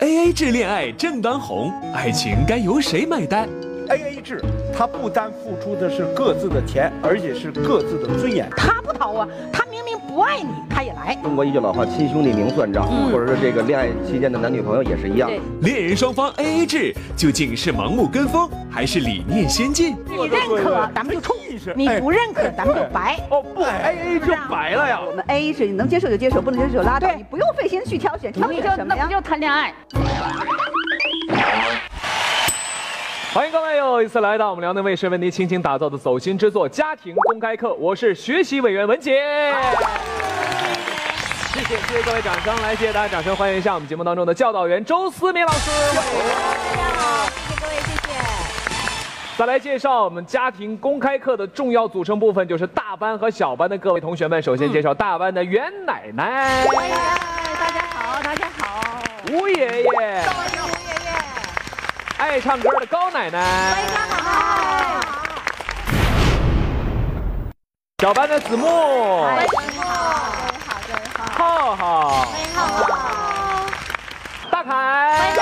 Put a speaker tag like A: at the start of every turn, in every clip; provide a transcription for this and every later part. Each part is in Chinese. A: 一致恋爱正当红，爱情该由谁买单？
B: A A 制，他不单付出的是各自的钱，而且是各自的尊严。
C: 他不逃啊，他明明不爱你，他也来。
D: 中国一句老话，亲兄弟明算账，或者说这个恋爱期间的男女朋友也是一样。
A: 恋人双方 A A 制究竟是盲目跟风，还是理念先进？
C: 你认可咱们就冲，哎你不认可咱们就白。
B: 哦不，A A 就白了呀。
E: 我们 A A 制，你能接受就接受，不能接受就拉倒，
C: 对
E: 你不用费心去挑选，
F: 那
E: 挑
F: 不
E: 选
F: 就
E: 什么
F: 那
E: 呀
F: 不？就谈恋爱？
G: 欢迎各位又一次来到我们辽宁卫视为您倾情打造的走心之作《家庭公开课》，我是学习委员文杰。谢谢谢谢各位掌声，来谢谢大家掌声，欢迎一下我们节目当中的教导员周思敏老师。欢迎再来介绍我们家庭公开课的重要组成部分，就是大班和小班的各位同学们。首先介绍大班的袁奶奶、
F: 哎大家好，大家好，
G: 吴爷爷，爱唱歌的高奶奶，
F: 好，
G: 小班的子木，浩浩，大凯。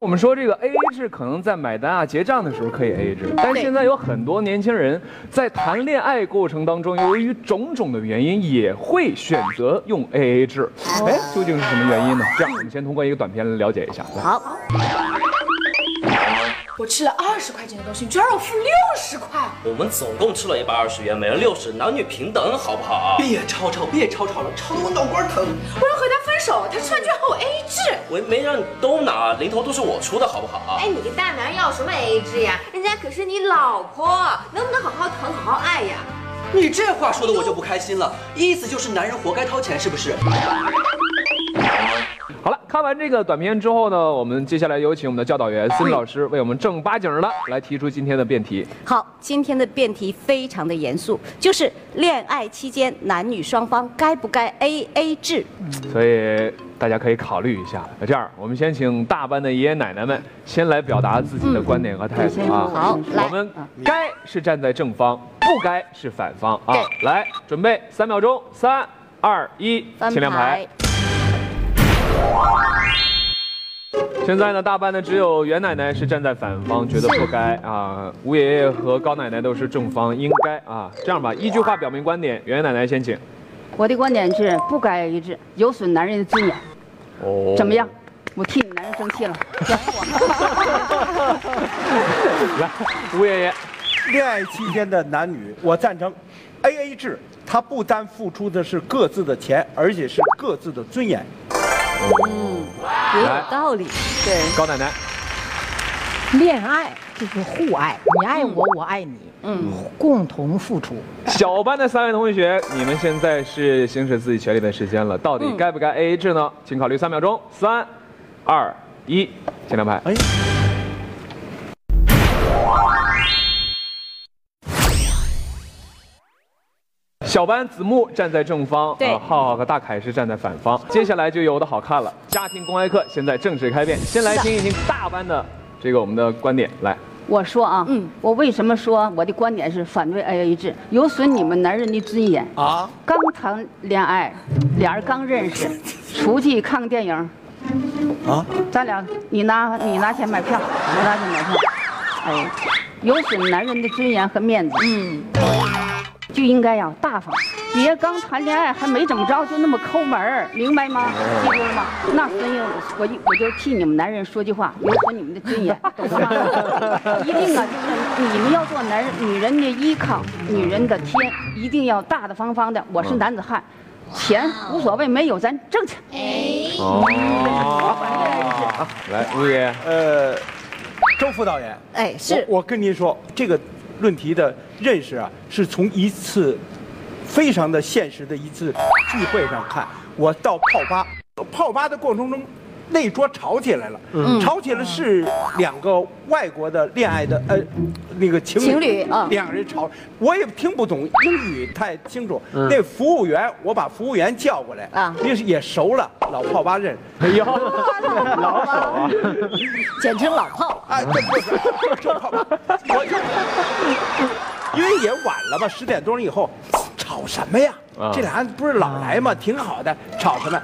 G: 我们说这个 A A 制可能在买单啊、结账的时候可以 A A 制，但现在有很多年轻人在谈恋爱过程当中，由于种种的原因，也会选择用 A A 制。哎，究竟是什么原因呢？这样，我们先通过一个短片来了解一下。好，
H: 我吃了二十块钱的东西，你居然让我付六十块，
I: 我们总共吃了一百二十元，每人六十，男女平等，好不好？别吵吵，别吵吵了，吵得我脑瓜疼。
H: 我要和他分手，
J: 哦
H: 他吃完居然和我 A 制。
I: 我嗯没让你都拿，零头都是我出的，好不啊好？
J: 哎，你个大男人要什么 A A 制呀？人家可是你老婆，能不能好好疼，好好爱呀？
I: 你这话说的我就不开心了，意思就是男人活该掏钱是不是？
G: 好了，看完这个短片之后呢，我们接下来有请我们的教导员孙老师为我们正儿八经的来提出今天的辩题。
K: 好，今天的辩题非常的严肃，就是恋爱期间男女双方该不该 A A 制？
G: 所以大家可以考虑一下。那这样，我们先请大班的爷爷奶奶们先来表达自己的观点和态度啊。
K: 嗯好来
G: 我们该是站在正方，不该是反方啊。来，准备三秒钟，三二一，
K: 翻
G: 前两排。。现在呢，大班呢只有袁奶奶是站在反方，觉得不该啊。吴爷爷和高奶奶都是正方，应该啊。这样吧，一句话表明观点，袁奶奶先请。
F: 我的观点是不该 A A 制，有损男人的尊严。
G: 哦
F: 怎么样？？我替你男人生气了，原谅我。
G: 来，吴爷爷。
B: 恋爱期间的男女，我赞成 A A 制，他不单付出的是各自的钱，而且是各自的尊严。
K: 也
G: 来
K: 有道理。
E: 对。
G: 高奶奶，
C: 恋爱就是互爱，你爱我，我爱你，嗯，共同付出。
G: 小班的三位同学，你们现在是行使自己权利的时间了，到底该不该 A A 制呢？请考虑三秒钟，三、二、一，前两排。
B: 哎，
G: 小班子木站在正方，
K: 对
G: 呃浩浩和大凯是站在反方。接下来就有的好看了，家庭公开课现在正式开辩，先来听一听大班的这个我们的观点，来。
F: 我说啊，
K: 嗯
F: 我为什么说我的观点是反对 A A 制，有损你们男人的尊严啊？刚谈恋爱，俩人刚认识，出去看个电影，啊，咱俩你拿你拿钱买票，我拿钱买票，哎，有损男人的尊严和面子，嗯，就应该呀大方，别刚谈恋爱还没怎么着就那么抠门儿，明白吗？
C: 哦
F: 记住了吗？那孙英，我就我就替你们男人说句话，有损你们的 尊严，懂了吗？一定啊，就是你们要做男人女人的依靠，女人的天，一定要大大方方的。我是男子汉，
C: 嗯
F: 钱无所谓，没有咱挣去。
G: 哦，来，吴爷，
B: 呃，周副导演，
K: 哎，是
B: 我我跟您说，这个论题的认识啊，是从一次非常的现实的一次聚会上看。我到泡吧，泡吧的过程中，那一桌吵起来了，
K: 嗯
B: 吵起来是两个外国的恋爱的呃那个情侣，
K: 情侣啊
B: 两人吵，我也听不懂英语太清楚。那服务员，我把服务员叫过来
K: 啊
B: 也是也熟了，老泡吧认识。
G: 哎呦，老手啊！
K: 简称老炮。
B: 哎，这不是，这不我就因为也晚了吧，十点多钟以后，吵什么呀
G: 啊？
B: 这俩人不是老来吗？挺好的，吵什么？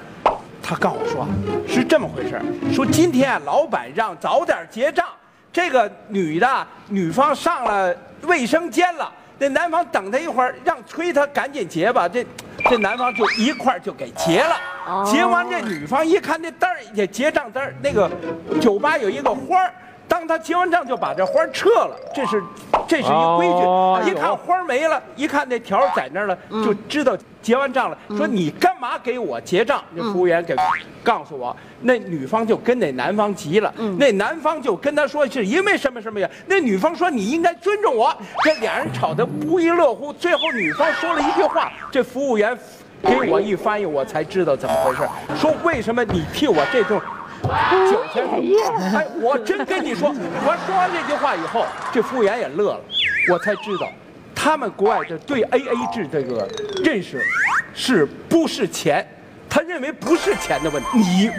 B: 他告诉我说是这么回事儿，说今天啊，老板让早点结账，这个女的啊女方上了卫生间了，那男方等她一会儿，让催她赶紧结吧，这这男方就一块儿就给结了。结完这女方一看这单儿也结账单儿，那个酒吧有一个花儿。当他结完账就把这花儿撤了，这是这是一规矩。
G: 哦
B: 一看花儿没了，一看那条儿在那儿了，就知道结完账了。说你干嘛给我结账？这服务员给告诉我，那女方就跟那男方急了，那男方就跟他说是因为什么什么呀？那女方说你应该尊重我。这俩人吵得不亦乐乎。最后女方说了一句话，这服务员给我一翻译，我才知道怎么回事儿。说为什么你替我这种九千块？哎，我真跟你说，我说完这句话以后，这服务员也乐了，我才知道，他们国外的对 AA 制这个认识是不是钱？他认为不是钱的问题，你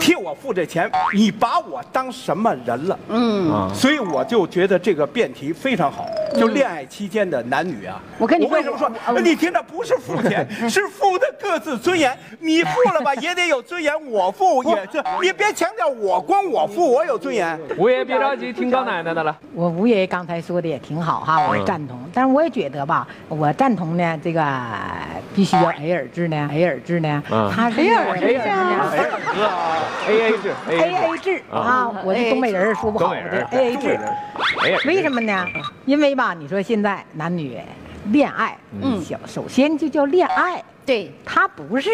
B: 替我付这钱，你把我当什么人了？
F: 嗯
B: 所以我就觉得这个辩题非常好，就恋爱期间的男女啊，
F: 我跟你说
B: 为什么说
F: 我嗯我？
B: 你听着，不是付 钱，是付的各自尊严。你付了吧，也得有尊严；我付也是，你别强调我光我付，我有尊严。
G: 我也别着急，听高奶奶的了。
C: 我吴爷爷刚才说的也挺好哈，我
G: 嗯
C: 是赞同，但是我也觉得吧，我赞同呢，这个必须要 A 尔制呢，A 尔制呢，
G: 嗯
C: 他是
G: A
C: 尔制
K: 哎
C: 呢
F: 啊
G: ，A 哎 A 制
C: ，A A 制啊，我这东北人说不好，
G: 东北
C: 我这
G: 人
C: A A 制，
G: 哎呀，
C: 为什么呢？因为吧，你说现在男女恋爱，
K: 嗯
C: 小首先就叫恋爱，
K: 对，
C: 它不是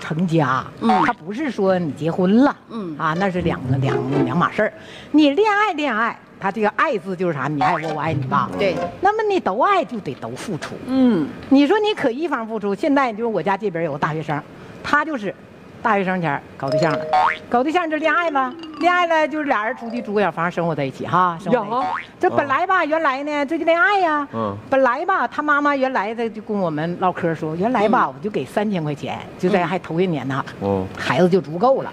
C: 成家，
K: 嗯
C: 它不是说你结婚了，
K: 嗯
C: 啊，那是两个两两码事儿。你恋爱恋爱，它这个爱字就是啥？你爱我，我爱你吧。
K: 对，
C: 那么你都爱就得都付出。
F: 嗯，
C: 你说你可一方付出，现在就是我家这边有个大学生，他就是大学生前儿搞对象了，搞对象就恋爱了，恋爱了就是俩人出去租个小房生活在一起哈，生活在
G: 呀
C: 一起。这本来吧，原来呢这就恋爱呀，
G: 嗯
C: 本来吧他妈妈原来的就跟我们唠嗑说，原来吧我就给三千块钱，就在还头一年呢，
G: 哦，
C: 孩子就足够了。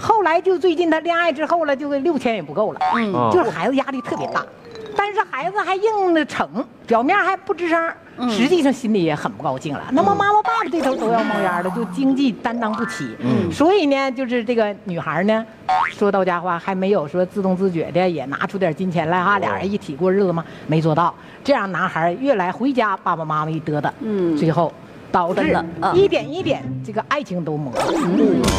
C: 后来就最近他恋爱之后了，就给六千也不够了，
K: 嗯
G: 哦
C: 就是孩子压力特别大，但是孩子还硬的逞，表面还不吱声，
K: 嗯
C: 实际上心里也很不高兴了。那么妈妈爸爸这头都要冒烟
K: 嗯
C: 了，就经济担当不起，所以呢，就是这个女孩呢，说到家话还没有说自动自觉的也拿出点金钱来
K: 哦
C: 哈，俩人一起过日子嘛，没做到，这样男孩越来回家，爸爸妈妈一嘚嘚，
F: 嗯
C: 最后导
K: 分
C: 致
K: 了嗯
C: 一点一点这个爱情都磨了，
L: 嗯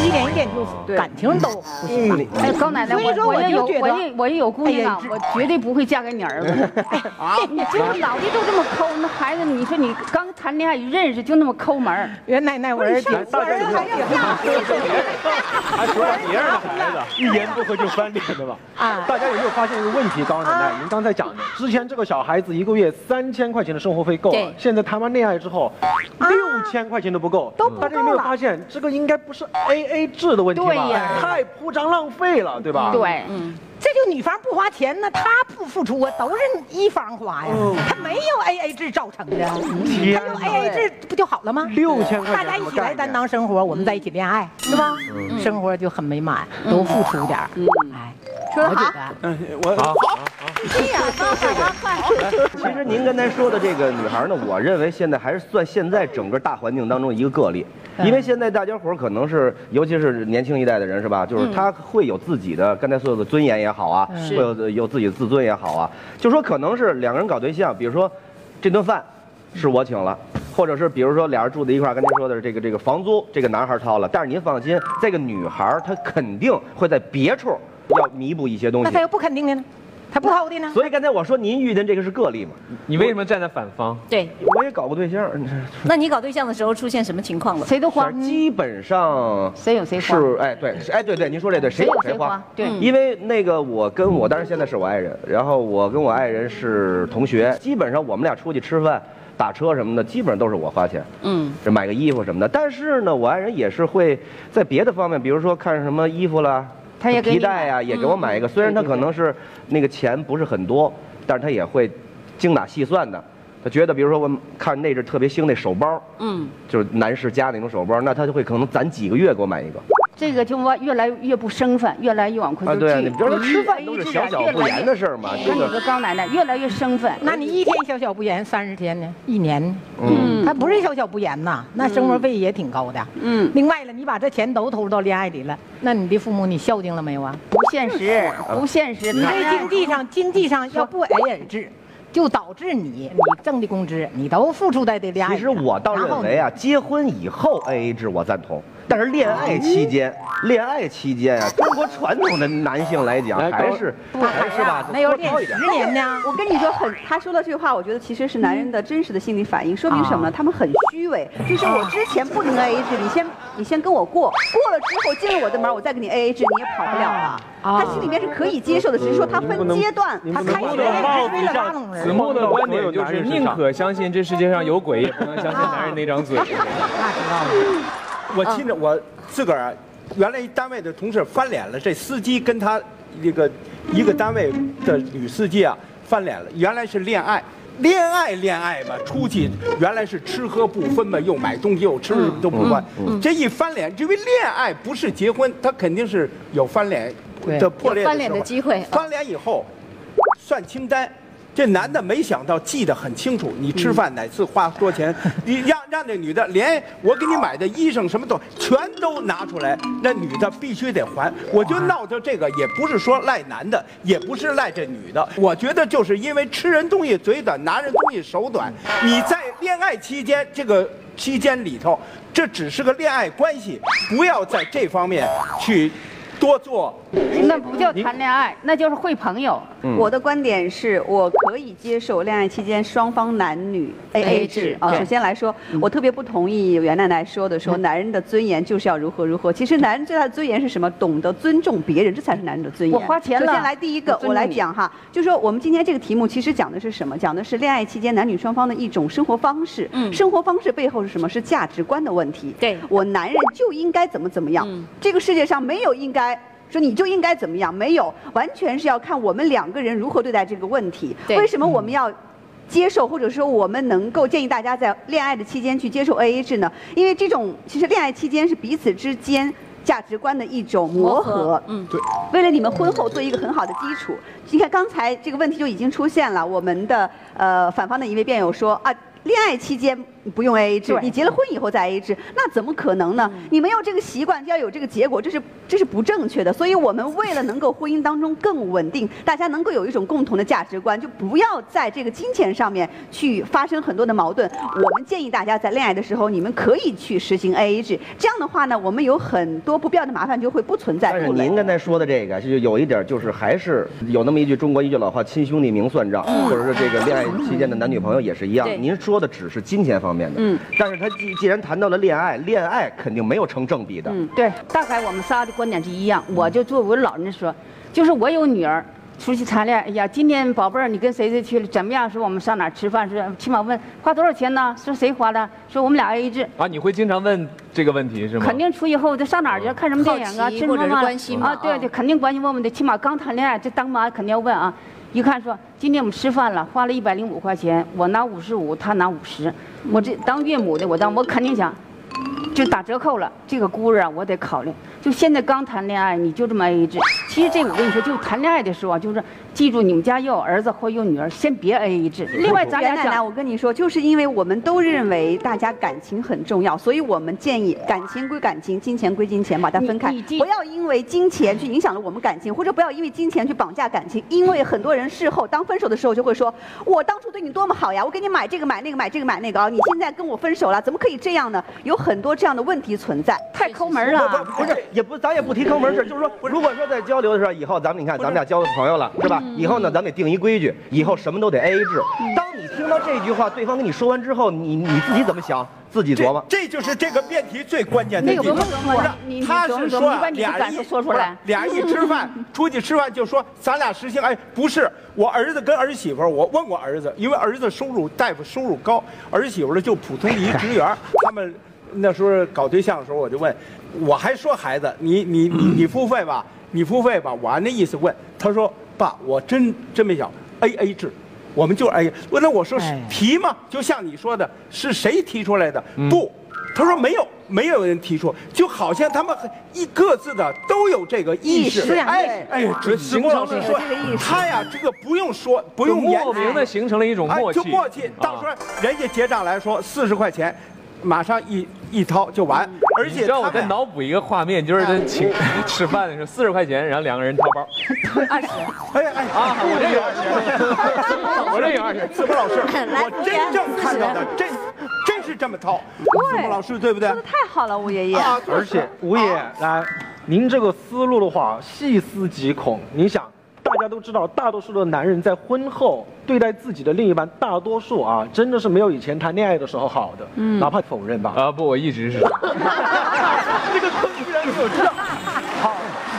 C: 一点一点就
F: 对
C: 感情都不行了。
F: 哎，高奶奶，
C: 所以
F: 我
C: 说
F: 我
C: 我
F: 也有
C: 就觉
F: 我也
C: 得。
F: 我也有姑娘啊
C: 哎呀，
F: 我绝对不会嫁给你儿子 的。啊，你这个脑袋就这么抠，那孩子，你说你刚谈恋爱一认识就那么抠门儿，
C: 原奶奶，我儿子，我儿子还有
B: 还说让别人的孩子一言不合就翻脸的吧？
C: 啊，
L: 大家有没有发现一个问题？高奶奶，您刚才讲的，之前这个小孩子一个月三千块钱的生活费够了
K: 对，
L: 现在谈完恋爱之后，六千块钱都不够。嗯
C: 都不
L: 大家有没
C: 够
L: 有
C: 了
L: 发现，这个应该不是 A A 制的问题吧？
F: 对呀
L: 太铺张浪费了，对
D: 啊
L: 吧？。
F: 对，嗯
C: 这就女方不花钱呢，她不付出啊，都是一方花呀，她没有 A A 制造成的，她
L: 哦天
C: 用 A A 制不就好了吗？
L: 6000块钱
C: 大家一起来担当生活，我们在一起恋爱，是吧？
L: 嗯
C: 生活就很美满，都付出点儿，哎，
K: 说得
C: 我觉
K: 好
C: 得。
L: 哎
C: 哎
B: 嗯，我好，
D: 其实您刚才说的这个女孩呢，我认为现在还是算现在整个大环境当中一个个例，因为现在大家伙儿可能是，尤其是年轻一代的人是吧，就是他会有自己的刚才所有的尊严也好啊，会有有自己的自尊也好啊，就说可能是两个人搞对象，比如说这顿饭是我请了。或者是比如说俩人住在一块儿，跟您说的是这个这个房租，这个男孩掏了，但是您放心，这个女孩儿她肯定会在别处要弥补一些东
C: 那
D: 西
C: 他，又不肯定的呢，他不掏的呢？
D: 所以刚才我说您遇见这个是个例嘛，
G: 你为什么站在反方？
K: 对。
D: 我也搞过对象，
K: 那你搞对象的时候出现什么情况了？
F: 谁都花，
D: 基本上
F: 谁有谁花，
D: 是哎对是哎对对，您说这对，谁
F: 谁有
D: 谁
F: 谁花
D: 花？，
F: 对，
C: 嗯
D: 因为那个我跟我，当然现在是我爱人，然后我跟我爱人是同学，基本上我们俩出去吃饭、打车什么的，基本上都是我花钱，
K: 嗯，
D: 这买个衣服什么的。但是呢，我爱人也是会在别的方面，比如说看什么衣服啦，
F: 他也给你嗯
D: 皮带呀、也给我买一个。虽然他可能是那个钱不是很多，但是他也会精打细算的。他觉得，比如说我看那阵特别兴那手包，
K: 嗯，
D: 就是男士家那种手包，那他就会可能攒几个月给我买一个。
F: 这个就我越来越不生分，越来越往回
D: 啊，
F: 就
D: 对啊，
F: 聚
D: 你别说
F: 离
D: 吃饭
F: 离
D: 都是
F: 自
D: 小
F: 然
D: 小
F: 越
D: 不
F: 来嗯
D: 言
F: 越
D: 的事儿嘛，
F: 跟
D: 真
F: 你个
D: 的。
F: 高奶奶越来越生分。
C: 那你一天小小不言三十天呢？一年呢？
D: 嗯
C: 他不是小小不言呐，那生活费也挺高的。
F: 嗯，
C: 另外了，你把这钱都投入到恋爱里了，那你的父母你孝敬了没有啊？
F: 不现实，
D: 嗯
F: 不现实。
C: 你
F: 谈恋
C: 这
F: 爱
C: 经济上，经济上要不而制，就导致你你挣的工资你都付出在这恋爱
D: 其
C: 里。
D: 实我倒认为啊，结婚以后 AA 制我赞同，但是恋爱期间，恋爱期间啊，中国传统的男性来讲
B: 哎
L: 来
D: 还
L: 高
D: 是
E: 不
D: 还
E: 还
D: 是吧
E: 呀，
D: 多
E: 没有
D: 挑一点
C: 十年呢。
E: 我跟你说，很，他说的这句话，我觉得其实是男人的真实的心理反应，说明什
D: 嗯
E: 么呢？他们很虚伪，就是我之前不能 AA 制，你先你先跟我过，过了之后进了我的门，我再跟你 AA 制，你也跑不了
F: 啊
E: 了。他心里面是可以接受的，只是说他分阶段，他开始恋爱是为了拉
K: 哎
E: 拢人。
G: 子墨的观点就是宁可相信这世界上有鬼，也不能相信男人那张 嘴。
B: 我亲
D: 嗯
B: 着我自个儿啊，原来一单位的同事翻脸了，这司机跟他这个一个单位的女司机啊翻脸了，原来是恋爱。恋爱恋爱嘛，出去原来是吃喝不分嘛，又买东西又吃都不管。
D: 嗯嗯嗯
B: 这一翻脸，因为恋爱不是结婚，他肯定是有翻脸的啊破裂
M: 有翻脸的机会
B: 翻脸以后，算清单。这男的没想到记得很清楚，你吃饭哪次花多少钱， 你让让这女的连我给你买的衣裳什么都全都拿出来，那女的必须得还。我就闹腾这个，也不是说赖男的，也不是赖这女的，我觉得就是因为吃人东西嘴短，拿人东西手短。你在恋爱期间这个期间里头，这只是个恋爱关系，不要在这方面去多做。
F: 那不叫谈恋爱，那就是会朋友。
B: 嗯
E: 我的观点是我可以接受恋爱期间双方男女 A A 制啊。
F: 对
E: 首先来说，
I: 嗯
E: 我特别不同意袁奶奶说的，说男人的尊严就是要如何如何。其实男人最大的尊严是什么？懂得尊重别人，这才是男人的尊严。
F: 我花钱了
E: 首先来第一个
F: 我，尊重
E: 我来
F: 你
E: 讲哈，就说我们今天这个题目其实讲的是什么？讲的是恋爱期间男女双方的一种生活方式。
K: 嗯
E: 生活方式背后是什么？是价值观的问题。
K: 对嗯
E: 我男人就应该怎么怎么样。这个世界上没有应该。说你就应该怎么样？没有，完全是要看我们两个人如何对待这个问题。
K: 对
E: 为什么我们要接受，或者说我们能够建议大家在恋爱的期间去接受 AA 制呢？因为这种其实恋爱期间是彼此之间价值观的一种磨合。
K: 嗯，
B: 对。
E: 为了你们婚后做一个很好的基础，你看刚才这个问题就已经出现了。我们的呃反方的一位辩友说啊，恋爱期间不用 AA 制，
K: 对
E: 你结了婚以后再 AA 制，那怎么可能呢？你没有这个习惯，就要有这个结果，这是这是不正确的。所以我们为了能够婚姻当中更稳定，大家能够有一种共同的价值观，就不要在这个金钱上面去发生很多的矛盾。我们建议大家在恋爱的时候，你们可以去实行 AA 制，这样的话呢，我们有很多不必要的麻烦就会不存在。
D: 但是
E: 不累
D: 您刚才说的这个，就有一点就是还是有那么一句中国一句老话，亲兄弟明算账，或者说这个恋爱期间的男女朋友也是一样
E: 对。
D: 您说的只是金钱方面的，
E: 嗯，
D: 但是他既既然谈到了恋爱，恋爱肯定没有成正比的，
F: 嗯，对，大概我们仨的观点是一样。我就作为老人说，就是我有女儿出去谈恋爱，哎呀，今天宝贝儿你跟谁谁去了，怎么样？说我们上哪儿吃饭？说起码问花多少钱呢？说谁花的？说我们俩 A 制。
G: 啊，你会经常问这个问题是吗？
F: 肯定出去后就上哪儿去看什么电影
M: 好
F: 啊，
M: 奇
F: 吃什么
M: 或者
F: 饭
M: 是
F: 啊
M: 关心嘛
F: 啊，对对，肯定关心问问的。起码刚谈恋爱，这当妈肯定要问啊。一看说今天我们吃饭了，花了一百零五块钱，我拿五十五，他拿五十，我这当岳母的，我当我肯定想，就打折扣了。这个姑儿啊，我得考虑。就现在刚谈恋爱，你就这么 AA 制。其实这个我跟你说，就谈恋爱的时候啊，就是记住你们家要有儿子或有女儿，先别 AA 制。另外，哎咱俩
E: 袁奶奶，
F: 讲
E: 我跟你说，就是因为我们都认为大家感情很重要，所以我们建议感情归感情，金钱归金钱，把它分开
F: 你你，记
E: 不要因为金钱去影响了我们感情，或者不要因为金钱去绑架感情。因为很多人事后当分手的时候就会说，我当初对你多么好呀，我给你买这个买那个买这个买那个啊，你现在跟我分手了，怎么可以这样呢？有很多这样的问题存在，
F: 太抠门
K: 啊
F: 了。
D: 不是，也不，咱也不提抠门事儿，就是说，如果说在交流的时候，以后咱们你看，咱们俩交个朋友了，是吧？以后呢，咱们得定一规矩，以后什么都得 AA 制。
B: 嗯
D: 当你听到这句话，对方跟你说完之后，你你自己怎么想？自己琢磨。
B: 这就是这个辩题最关键的
F: 那
B: 地
F: 个
B: 方。
F: 不是我你你
B: 他
F: 琢磨
B: 是
F: 琢磨
B: 说
F: 你
B: 啊俩
F: 把你的感
B: 人
F: 受
B: 一
F: 说出来
B: 不是俩人一吃饭，出去吃饭就说咱俩实行哎，不是我儿子跟儿媳妇儿，我问过儿子，因为儿子收入大夫收入高，儿媳妇儿就普通的一职员儿，他们那时候搞对象的时候，我就问，我还说孩子，你你你你付费吧，你付费吧，我按那意思问，他说爸，我真真没想 A A 制。
K: 嗯
B: 我们就是 A，那我说是提嘛，就像你说的，是谁提出来的？不，
G: 他说没有，没有人提出，就好像他们很一各自的都有这个意
K: 意
G: 识。
K: 识
G: 哎哎呀，这石
K: 形
G: 墨
K: 成
G: 老师
K: 了
G: 说
K: 这个意，识
G: 他呀，这个不用说，不
K: 就
G: 用言
K: 莫名的形成了一种默契
G: 哎就默契。
K: 啊
G: 到时候人家结账来说四十块钱，马上一一掏就完，而
K: 嗯你
G: 且
K: 知道
G: 他
K: 我在
G: 们
K: 脑补一个画面，就是在请吃饭的时候四十块钱，然后两个 人掏包，
F: 二十，
G: 哎哎
K: 啊，我这有二 十，我这有二十，
G: 子博老师，
E: 来
G: 我真正看到的，真真是这么掏。子博老师对不对？
E: 太好了，吴爷爷。
F: 哦
G: 啊
B: 而且吴爷爷来，您这个思路的话，细思极恐。你想，大家都知道，大多数的男人在婚后对待自己的另一半，大多数啊，真的是没有以前谈恋爱的时候好的，
K: 嗯
B: 哪怕否认吧。
K: 啊不，我一直是。
B: 这个坑居然没有知道。好，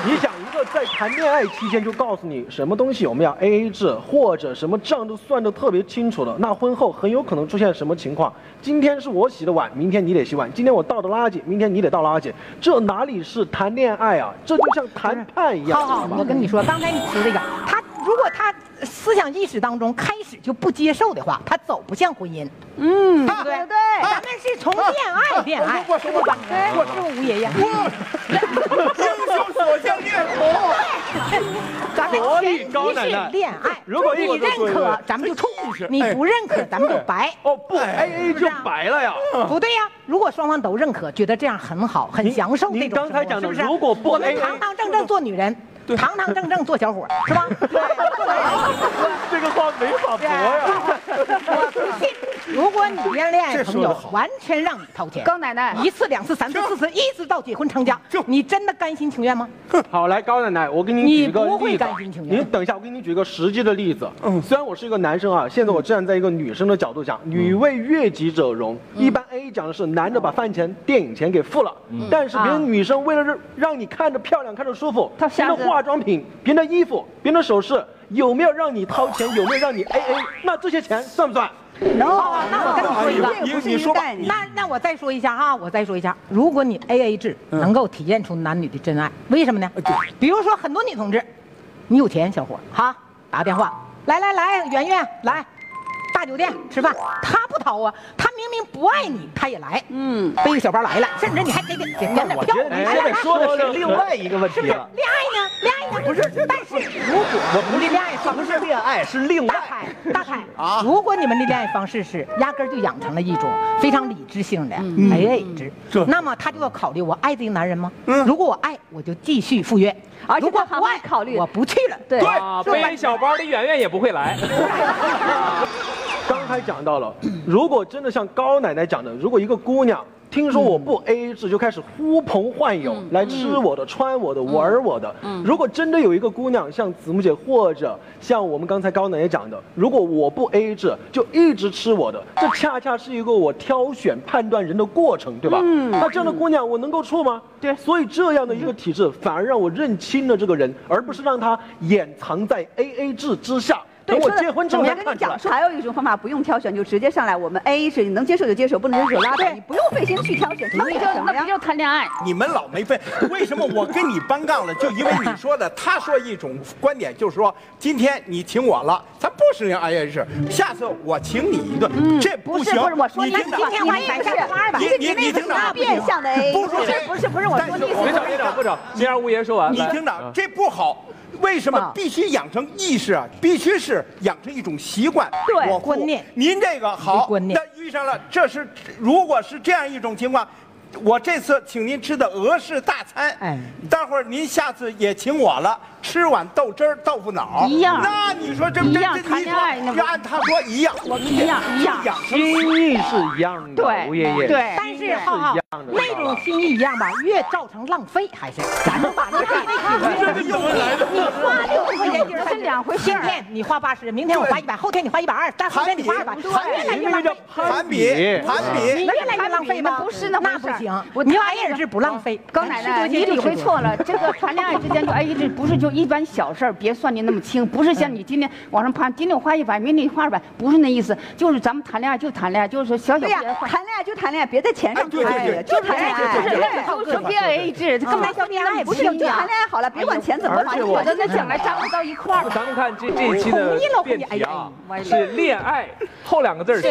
B: 你想一个在谈恋爱期间就告诉你什么东西我们要 A A 制，或者什么账都算得特别清楚的，那婚后很有可能出现什么情况？今天是我洗的碗，明天你得洗碗；今天我倒的垃圾，明天你得倒垃圾。这哪里是谈恋爱啊？这就像谈判一样。
C: 哎好好，我跟你说，刚才你提这个，他如果他思想意识当中开始就不接受的话，他走不向婚姻。嗯，对不对？咱们是从恋爱恋爱，
G: 我说我
C: 吧，我是不是吴爷爷？
G: 英雄所向烈火。
C: 咱们
G: 活力
C: 前提
G: 高奶奶
C: 是恋爱，
G: 如果一
C: 你
G: 个都
C: 认
G: 对对
C: 可
G: 对
C: 咱们就冲
G: 是，
C: 你不认可咱们就白。
B: 哦不，A
C: 哎
B: A 就白了 呀。
C: 不对呀，如果双方都认可，觉得这样很好，很享受这
B: 您
C: 种
B: 刚
C: 生活，
B: 才讲的
C: 是不是？
B: 如果不哎
C: 我们
B: AA
C: 堂堂正正做女人，堂堂正正做小伙儿，是吧？
B: 这个话没法驳
C: 啊
B: 呀。
C: 我不信，如果你跟恋爱朋
B: 这说得
C: 友
B: 好
C: 完全让你掏钱，
F: 高奶奶
C: 一次、两次、三次、四次，一直到结婚成家，你真的甘心情愿吗？
B: 好，来高奶奶，我给您
C: 你
B: 举一个
C: 不会
B: 例子
C: 甘心情。愿
B: 您等一下，我给您举一个实际的例子。嗯，虽然我是一个男生啊，现在我站在一个女生的角度讲，
C: 嗯
B: 女为悦己者容。一般 A 讲的是男的把饭钱、电影钱给付了，
C: 嗯
B: 但是别
F: 啊
B: 人女生为了让让你看着漂亮、看着舒
C: 啊
B: 服，
F: 她
B: 别
F: 瞎
B: 的
F: 子
B: 化妆品、别的衣服、别的首饰，有没有让你掏钱？有没有让你 AA？那这些钱算不算？
C: 哦，那我跟你说一
B: 哎
C: 个，
G: 你你说吧，
C: 那那我再说一下哈，我再说一下，如果你 A A 制能够体现出男女的真爱，为什么呢？比如说很多女同志，你有钱，小伙儿哈，打个电话，来来来，圆圆来，大酒店吃饭，他不掏啊，他明明不爱你，他也来，嗯，背个小包来了，甚至你还给点点点票，来来来
B: 的是另外一个问题了。
C: 恋爱呢？恋爱呢？不是，但是如果我们的恋爱方式，
B: 恋爱哎是另
C: 大凯，大凯啊，如果你们的恋爱方式是压根儿就养成了一种非常理智性
E: 嗯
C: 的 A A
G: 嗯
C: 制，那么他就要考虑我爱这个男人吗？如果我爱，我就继续赴约；
E: 而且
C: 如果
E: 他
C: 不
E: 还
C: 爱，
E: 会考虑
C: 我不去了。
E: 对
K: 啊，背小包的圆圆也不会来。
B: 刚才讲到了，如果真的像高奶奶讲的，如果一个姑娘听说我不
E: 嗯
B: A A 制就开始呼朋唤友、来吃我的、穿我的、玩我的、
E: 嗯
B: 如果真的有一个姑娘像子木姐或者像我们刚才高奶奶讲的，如果我不 A A 制就一直吃我的，这恰恰是一个我挑选判断人的过程，对吧？
E: 嗯
B: 那这样的姑娘我能够处吗？对，所以这样的一个体制反而让我认清了这个人，而不是让她掩藏在 A A 制之下。等我
E: 说的
B: 结婚之后
E: 我
B: 才
E: 要跟
B: 看
E: 你
B: 出来
E: 讲，。说还有一种方法，不用挑选，就直接上来，我们 A A 制，你能接受就接受，不能接受拉倒，你不用费心去挑选，
F: 那
E: 那
F: 不
E: 是
F: 就
E: 什么
F: 那
E: 呀
F: 不？就谈恋爱？
G: 你们老没分，为什么我跟你搬杠了？就因为你说的，他说一种观点，就是说今天你请我了，咱不哎实行 I H，下次我请你一顿，这
E: 不是
G: 行。
E: 不是，我说
G: 你
E: 那
G: 听
E: 今
G: 着，
E: 天晚上咱们二吧，
G: 你
E: 这
G: 你
E: 你
G: 你
E: 那个
G: 听
E: 是
G: 着啊
E: 变相的 A，
G: 不是
E: 不是不是，我
G: 但
E: 说
G: 是
E: 你
G: 我
K: 别
E: 死
K: 整，
E: 了
K: 别整，不整。先让吴爷说完。
G: 你
K: 来
G: 听着
K: 啊，
G: 这不好。为什么
E: 啊
G: 必须养成意识啊？必须是养成一种习惯，
E: 对
G: 我
C: 观念。
G: 您这个好，
C: 观念
G: 那遇上了，这是如果是这样一种情况，我这次请您吃的俄式大餐，
C: 哎
G: 待会儿您下次也请我了，吃碗豆汁儿、豆腐脑儿
F: 一样
G: 那你说这这
F: 一
G: 这，
F: 样
G: 你
F: 谈恋爱那
G: 说
F: 不
G: 要按他说一样，
F: 我一样一样
G: 就养成
B: 心意是一样的，
F: 对
B: 吴爷爷。
F: 对
C: 但
B: 心意
C: 是
B: 是
C: 浩浩
B: 一样的，
C: 那种心意一样吧，越造成浪费还是咱们把这这个你花六十块钱今儿
F: 这是两回事
C: 今
F: 儿
C: 天你花八十，明天我花一百，后天你花一百二，但后天你花二百，
G: 还比
C: 越来越浪费。
G: 攀比
B: 比
G: 攀
C: 你
G: 比，
C: 越来越浪费吗？
F: 那不是那回
C: 那不
F: 事儿
C: 行，
F: 我
C: 你要
F: 谈
C: A
F: 那
C: 制
F: 个
C: 不浪费。
F: 高奶奶，你理会错了。这个谈恋爱之间就哎，这不是就一般小事儿，别算计那么清。不是像你今天往上攀，今天我花一百，明天你花二百，不是那意思。就是咱们谈恋爱就谈恋爱，就是说小小
E: 对呀，谈恋爱就谈恋爱，别在钱上
G: 哎对对对
E: 就谈恋爱，
F: 就是
E: 对
F: 那种就是别 A 制，根本就恋爱
E: 不
F: 不
E: 是
F: 是
E: 你
F: 一
E: 就谈
F: 样。
E: 恋爱好了，别管钱怎么花，你
F: 我
E: 管
F: 的
E: 得
F: 那将来扎不到一块儿
K: 咱们看这这一期的辩题啊
F: 我，也
K: 嗯是恋爱后两个字儿是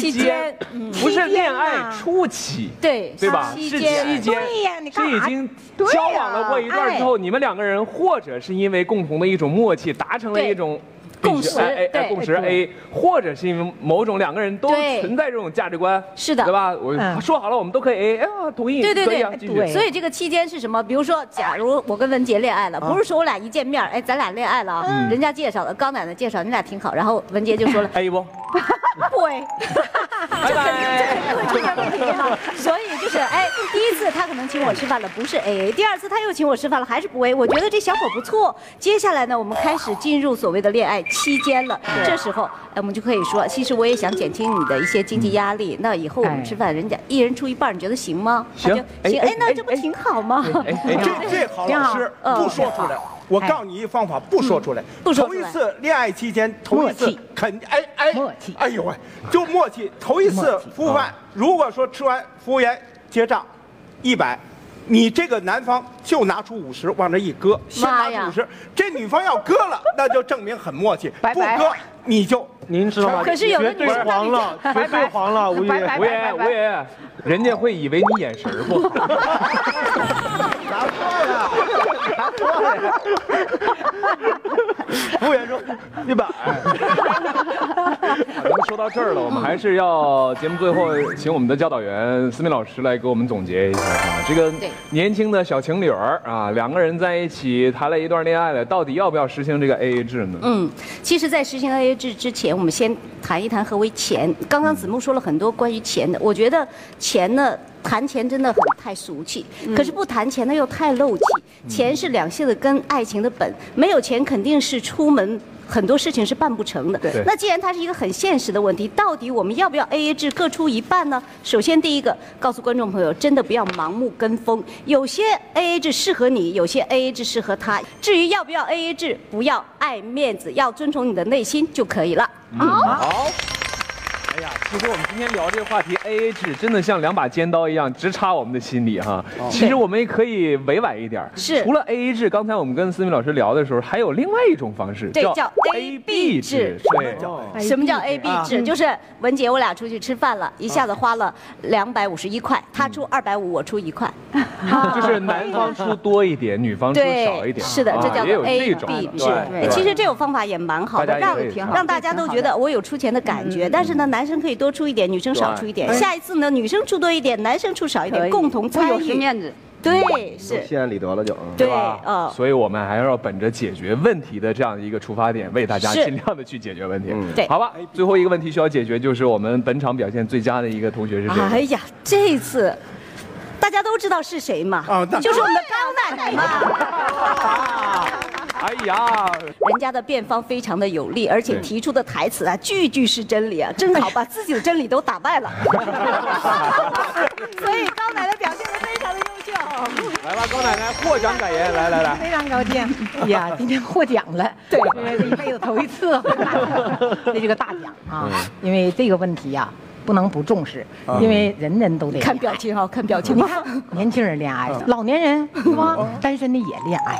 K: 期间，不是恋爱
G: 初期，
K: 对
G: 对吧？
K: 期
G: 是
K: 间
G: 期间，
K: 对呀你干
G: 是已
K: 嘛
G: 经
K: 对呀
G: 交往了过一段之后，
K: 哎
G: 你们两个人或者是因为共同的一种默契，达成了
K: 对
G: 一种。
K: 共识
G: 哎哎哎
K: 对
G: 共识
K: 对
G: A，或者是因为某种两个人都
K: 对
G: 存在这种价值观，
K: 是的
G: 对吧？我
K: 嗯
G: 说好了，我们都可以 A，哎呀，同意，
K: 对对
G: 可以
K: 对
G: 啊，继续
K: 所以这个期间是什么？比如说，假如我跟文杰恋爱了，
G: 啊
K: 不是说我俩一见面，哎，咱俩恋爱了啊
G: 嗯，，
K: 人家介绍的，高奶奶介绍，你俩挺好，然后文杰就说了
G: 哎不，
K: 对，拜拜，会出现问题吗？所以就是，哎，第一次他可能请我吃饭了，不是 A A；第二次他又请我吃饭了，还是不 A。我觉得这小伙不错。接下来呢，我们开始进入所谓的恋爱期间了。这时候，哎，我们就可以说，其实我也想减轻你的一些经济压力。那以后我们吃饭，人家一人出一半，你觉得行吗？他就
B: 行哎
K: 行，
B: 哎
K: 哎，那这不挺好吗？
B: 这这好
K: 挺
B: 老师
K: 嗯
B: 不说出来，我
G: 哎
B: 告诉你一方法，不说出来。
K: 不说出
B: 头
K: 来
B: 一次恋爱期间，头一次
K: 默契
B: 肯哎哎，默契，哎呦喂，就默契。头一次服务
G: 嗯
B: 饭，如果说吃完服务员结账一百。你这个男方就拿出五十往这一搁，先拿
K: 妈呀
B: 出五十，这女方要搁了，那就证明很默契；不
K: 拜
B: 搁你就
L: 您知
K: 道吗可是有的
L: 绝对黄 了，
K: 女生
L: 绝对黄了，吴
K: 拜
D: 哎
L: 越
K: 拜
G: 吴爷，吴爷，人家会以为你眼神不好。
L: 服务员说一百，
G: 好咱们说到这儿了，我们还是要节目最后请我们的教导员思敏老师来给我们总结一下啊，这个年轻的小情侣儿啊，两个人在一起谈了一段恋爱了，到底要不要实行这个 AA 制呢？
K: 嗯，其实，在实行 AA 制之前，我们先谈一谈何为钱。刚刚子木说了很多关于钱的，我觉得钱呢，谈钱真的很太俗气，可是不谈钱呢又太漏气。钱是两性的根，爱情的本，没有钱肯定是出门。很多事情是办不成的
M: 对。
K: 那既然它是一个很现实的问题，到底我们要不要 AA 制各出一半呢？首先，第一个告诉观众朋友，真的不要盲目跟风，有些 AA 制适合你，有些 AA 制适合他。至于要不要 AA 制，不要爱面子，要遵从你的内心就可以了。
G: 好。哎呀，其实我们今天聊这个话题，AA 制真的像两把尖刀一样直插我们的心里哈。其实我们也可以委婉一点儿，
K: 是
G: 除了 AA 制，刚才我们跟思敏老师聊的时候，还有另外一种方式，
K: 这叫 AB 制。
G: 对，
B: 哦
D: 哦
K: 什么叫 A B 制？就是文杰，我俩出去吃饭了，一下子花了两百五十一块，他出二百五，我出一块。
G: 就是男方出多一点，女方出
K: 对，
G: 少一点，
K: 是的，这
G: 啊
K: 叫
G: 也有
K: 做 A
G: 这种
K: B 制。
G: 对
K: 哎其实这种方法也蛮好
G: 大
K: 的，
G: 家也啊嗯
K: 让
G: 可以尝试
K: 让大家都觉得我有出钱的感觉。但是呢，男生可以多出一点，女生少出一点。
E: 对
K: 下一次呢，女生出多一点，男生出少一
E: 可
K: 点，
E: 以
K: 共同参与。
E: 我有面子。
K: 对，
D: 都
K: 是。
D: 心安理得了就。嗯
K: 对，
G: 吧
K: 嗯。
G: 所以我们还是要本着解决问题的这样一个出发点，为大家
K: 是
G: 尽量的去解决问题。
K: 对
G: 好吧。最后一个问题需要解决，就是我们本场表现最佳的一个同学是谁？
K: 哎呀，这一次大家都知道是谁嘛，就是我们的高奶奶 嘛。
G: 哎呀，
K: 人家的辩方非常的有力，而且
G: 对
K: 提出的台词啊，句句是真理啊，正好把自己的真理都 打败了。所以高奶奶表现的非常的优 秀。
G: 来吧，高奶奶获奖感言，来来来。
C: 非常高兴。哎呀，今天获奖了，对，这一辈子头一次获奖，这是个大奖啊！因为这个问题呀、不能不重视，因为人人都得
K: 看表情啊，看表情
C: 你看，年轻人恋爱，老年人是吧？单身的也恋爱，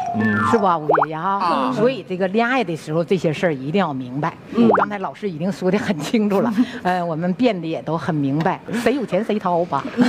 C: 是吧？五爷呀
K: 啊，
C: 所以这个恋爱的时候，这些事儿一定要明白。刚才老师已经说的很清楚了，呃，我们变得也都很明白，谁有钱谁掏吧。对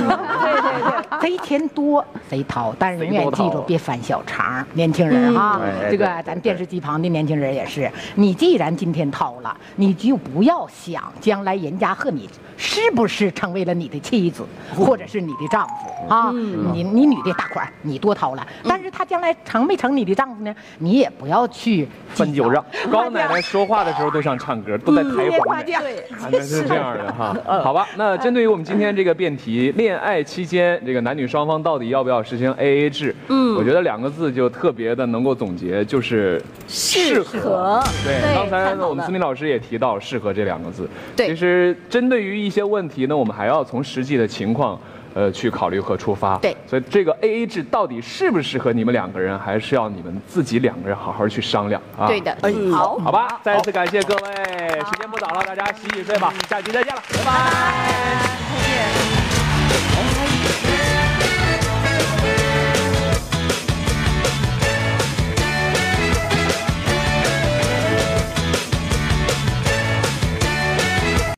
C: 对对，谁钱多谁掏，但是永远记
M: 谁都
C: 住
M: 掏
C: 别翻小肠儿。年轻人啊
M: 嗯哎，哎
C: 这个
M: 对
C: 咱电视机旁的年轻人也是，你既然今天掏了，你就不要想将来人家和你是不是成为了你的妻子，
M: 哦
C: 或者是你的丈夫啊？
M: 嗯
C: 你你女的大款儿，你多掏了，但是他将来成没成你的丈夫呢？你也不要去
G: 翻旧账，高奶奶说话的时候都想唱歌，都在
K: 嗯
G: 抬
C: 别
G: 黄
C: 夸
G: 奶。
C: 奖，
G: 啊，那是这样的哈，好吧。那针对于我们今天这个辩题，恋爱期间这个男女双方到底要不要实行 AA 制？
K: 嗯
G: 我觉得两个字就特别的能够总结，就是
K: 适合
G: 对，
K: 对
G: 刚才
K: 太好
G: 呢我们
K: 了
G: 思敏老师也提到“适合”这两个字。
K: 对
G: 其实针对于一些问题呢，我们还要从实际的情况，呃，去考虑和出发。
K: 对
G: 所以这个 AA 制到底适不适合你们两个人，还是要你们自己两个人好好去商量啊。
K: 对的哎嗯好
G: 好吧，再次感谢各位，时间不早了，大家洗洗睡吧，下期再见了，拜拜。
K: 再见。